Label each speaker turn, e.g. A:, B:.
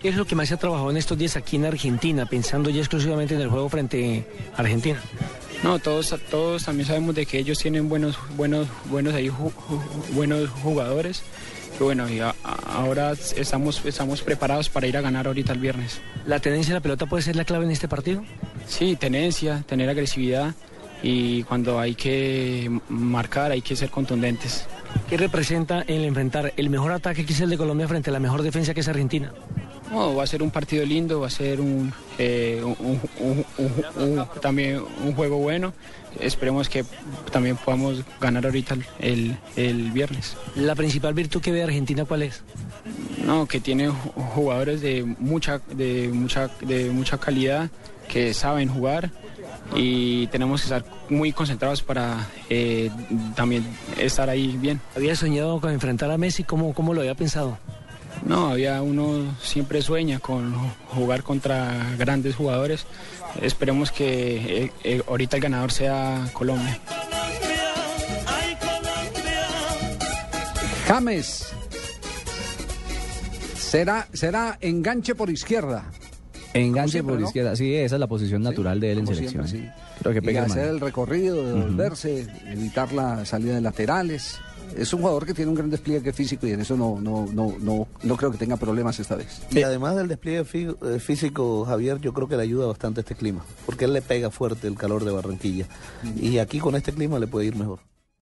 A: ¿Qué es lo que más se ha trabajado en estos días aquí en Argentina, pensando ya exclusivamente en el juego frente a Argentina?
B: No, todos, todos también sabemos de que ellos tienen buenos, buenos, buenos, ahí, ju- ju- buenos jugadores. Y bueno, y a- a- ahora estamos, estamos preparados para ir a ganar ahorita el viernes.
A: ¿La tenencia de la pelota puede ser la clave en este partido?
B: Sí, tenencia, tener agresividad y cuando hay que marcar hay que ser contundentes.
A: ¿Qué representa el enfrentar el mejor ataque que es el de Colombia frente a la mejor defensa que es Argentina?
B: No, va a ser un partido lindo, va a ser un, eh, un- un- un- un- un- también un juego bueno. Esperemos que también podamos ganar ahorita el- el- el viernes.
A: ¿La principal virtud que ve Argentina cuál es?
B: No, que tiene ju- jugadores de mucha, de mucha, de mucha calidad que saben jugar y tenemos que estar muy concentrados para eh, también estar ahí bien.
A: ¿Había soñado con enfrentar a Messi? ¿Cómo, cómo lo había pensado?
B: No, había uno siempre sueña con ju- jugar contra grandes jugadores. Esperemos que eh, eh, ahorita el ganador sea Colombia.
C: James. Será, será enganche por izquierda.
D: Enganche
C: siempre,
D: por
C: ¿no?
D: izquierda. Sí, esa es la posición natural de él en
C: Como
D: selección.
C: siempre,
D: ¿eh?
C: sí.
D: Creo que
C: Y
D: pega el
C: hacer
D: man.
C: el recorrido, devolverse, evitar la salida de laterales. Es un jugador que tiene un gran despliegue físico y en eso no, no, no, no, no creo que tenga problemas esta vez.
E: Y además del despliegue fí- eh, físico, Javier, yo creo que le ayuda bastante este clima, porque él le pega fuerte el calor de Barranquilla. Y aquí con este clima le puede ir mejor.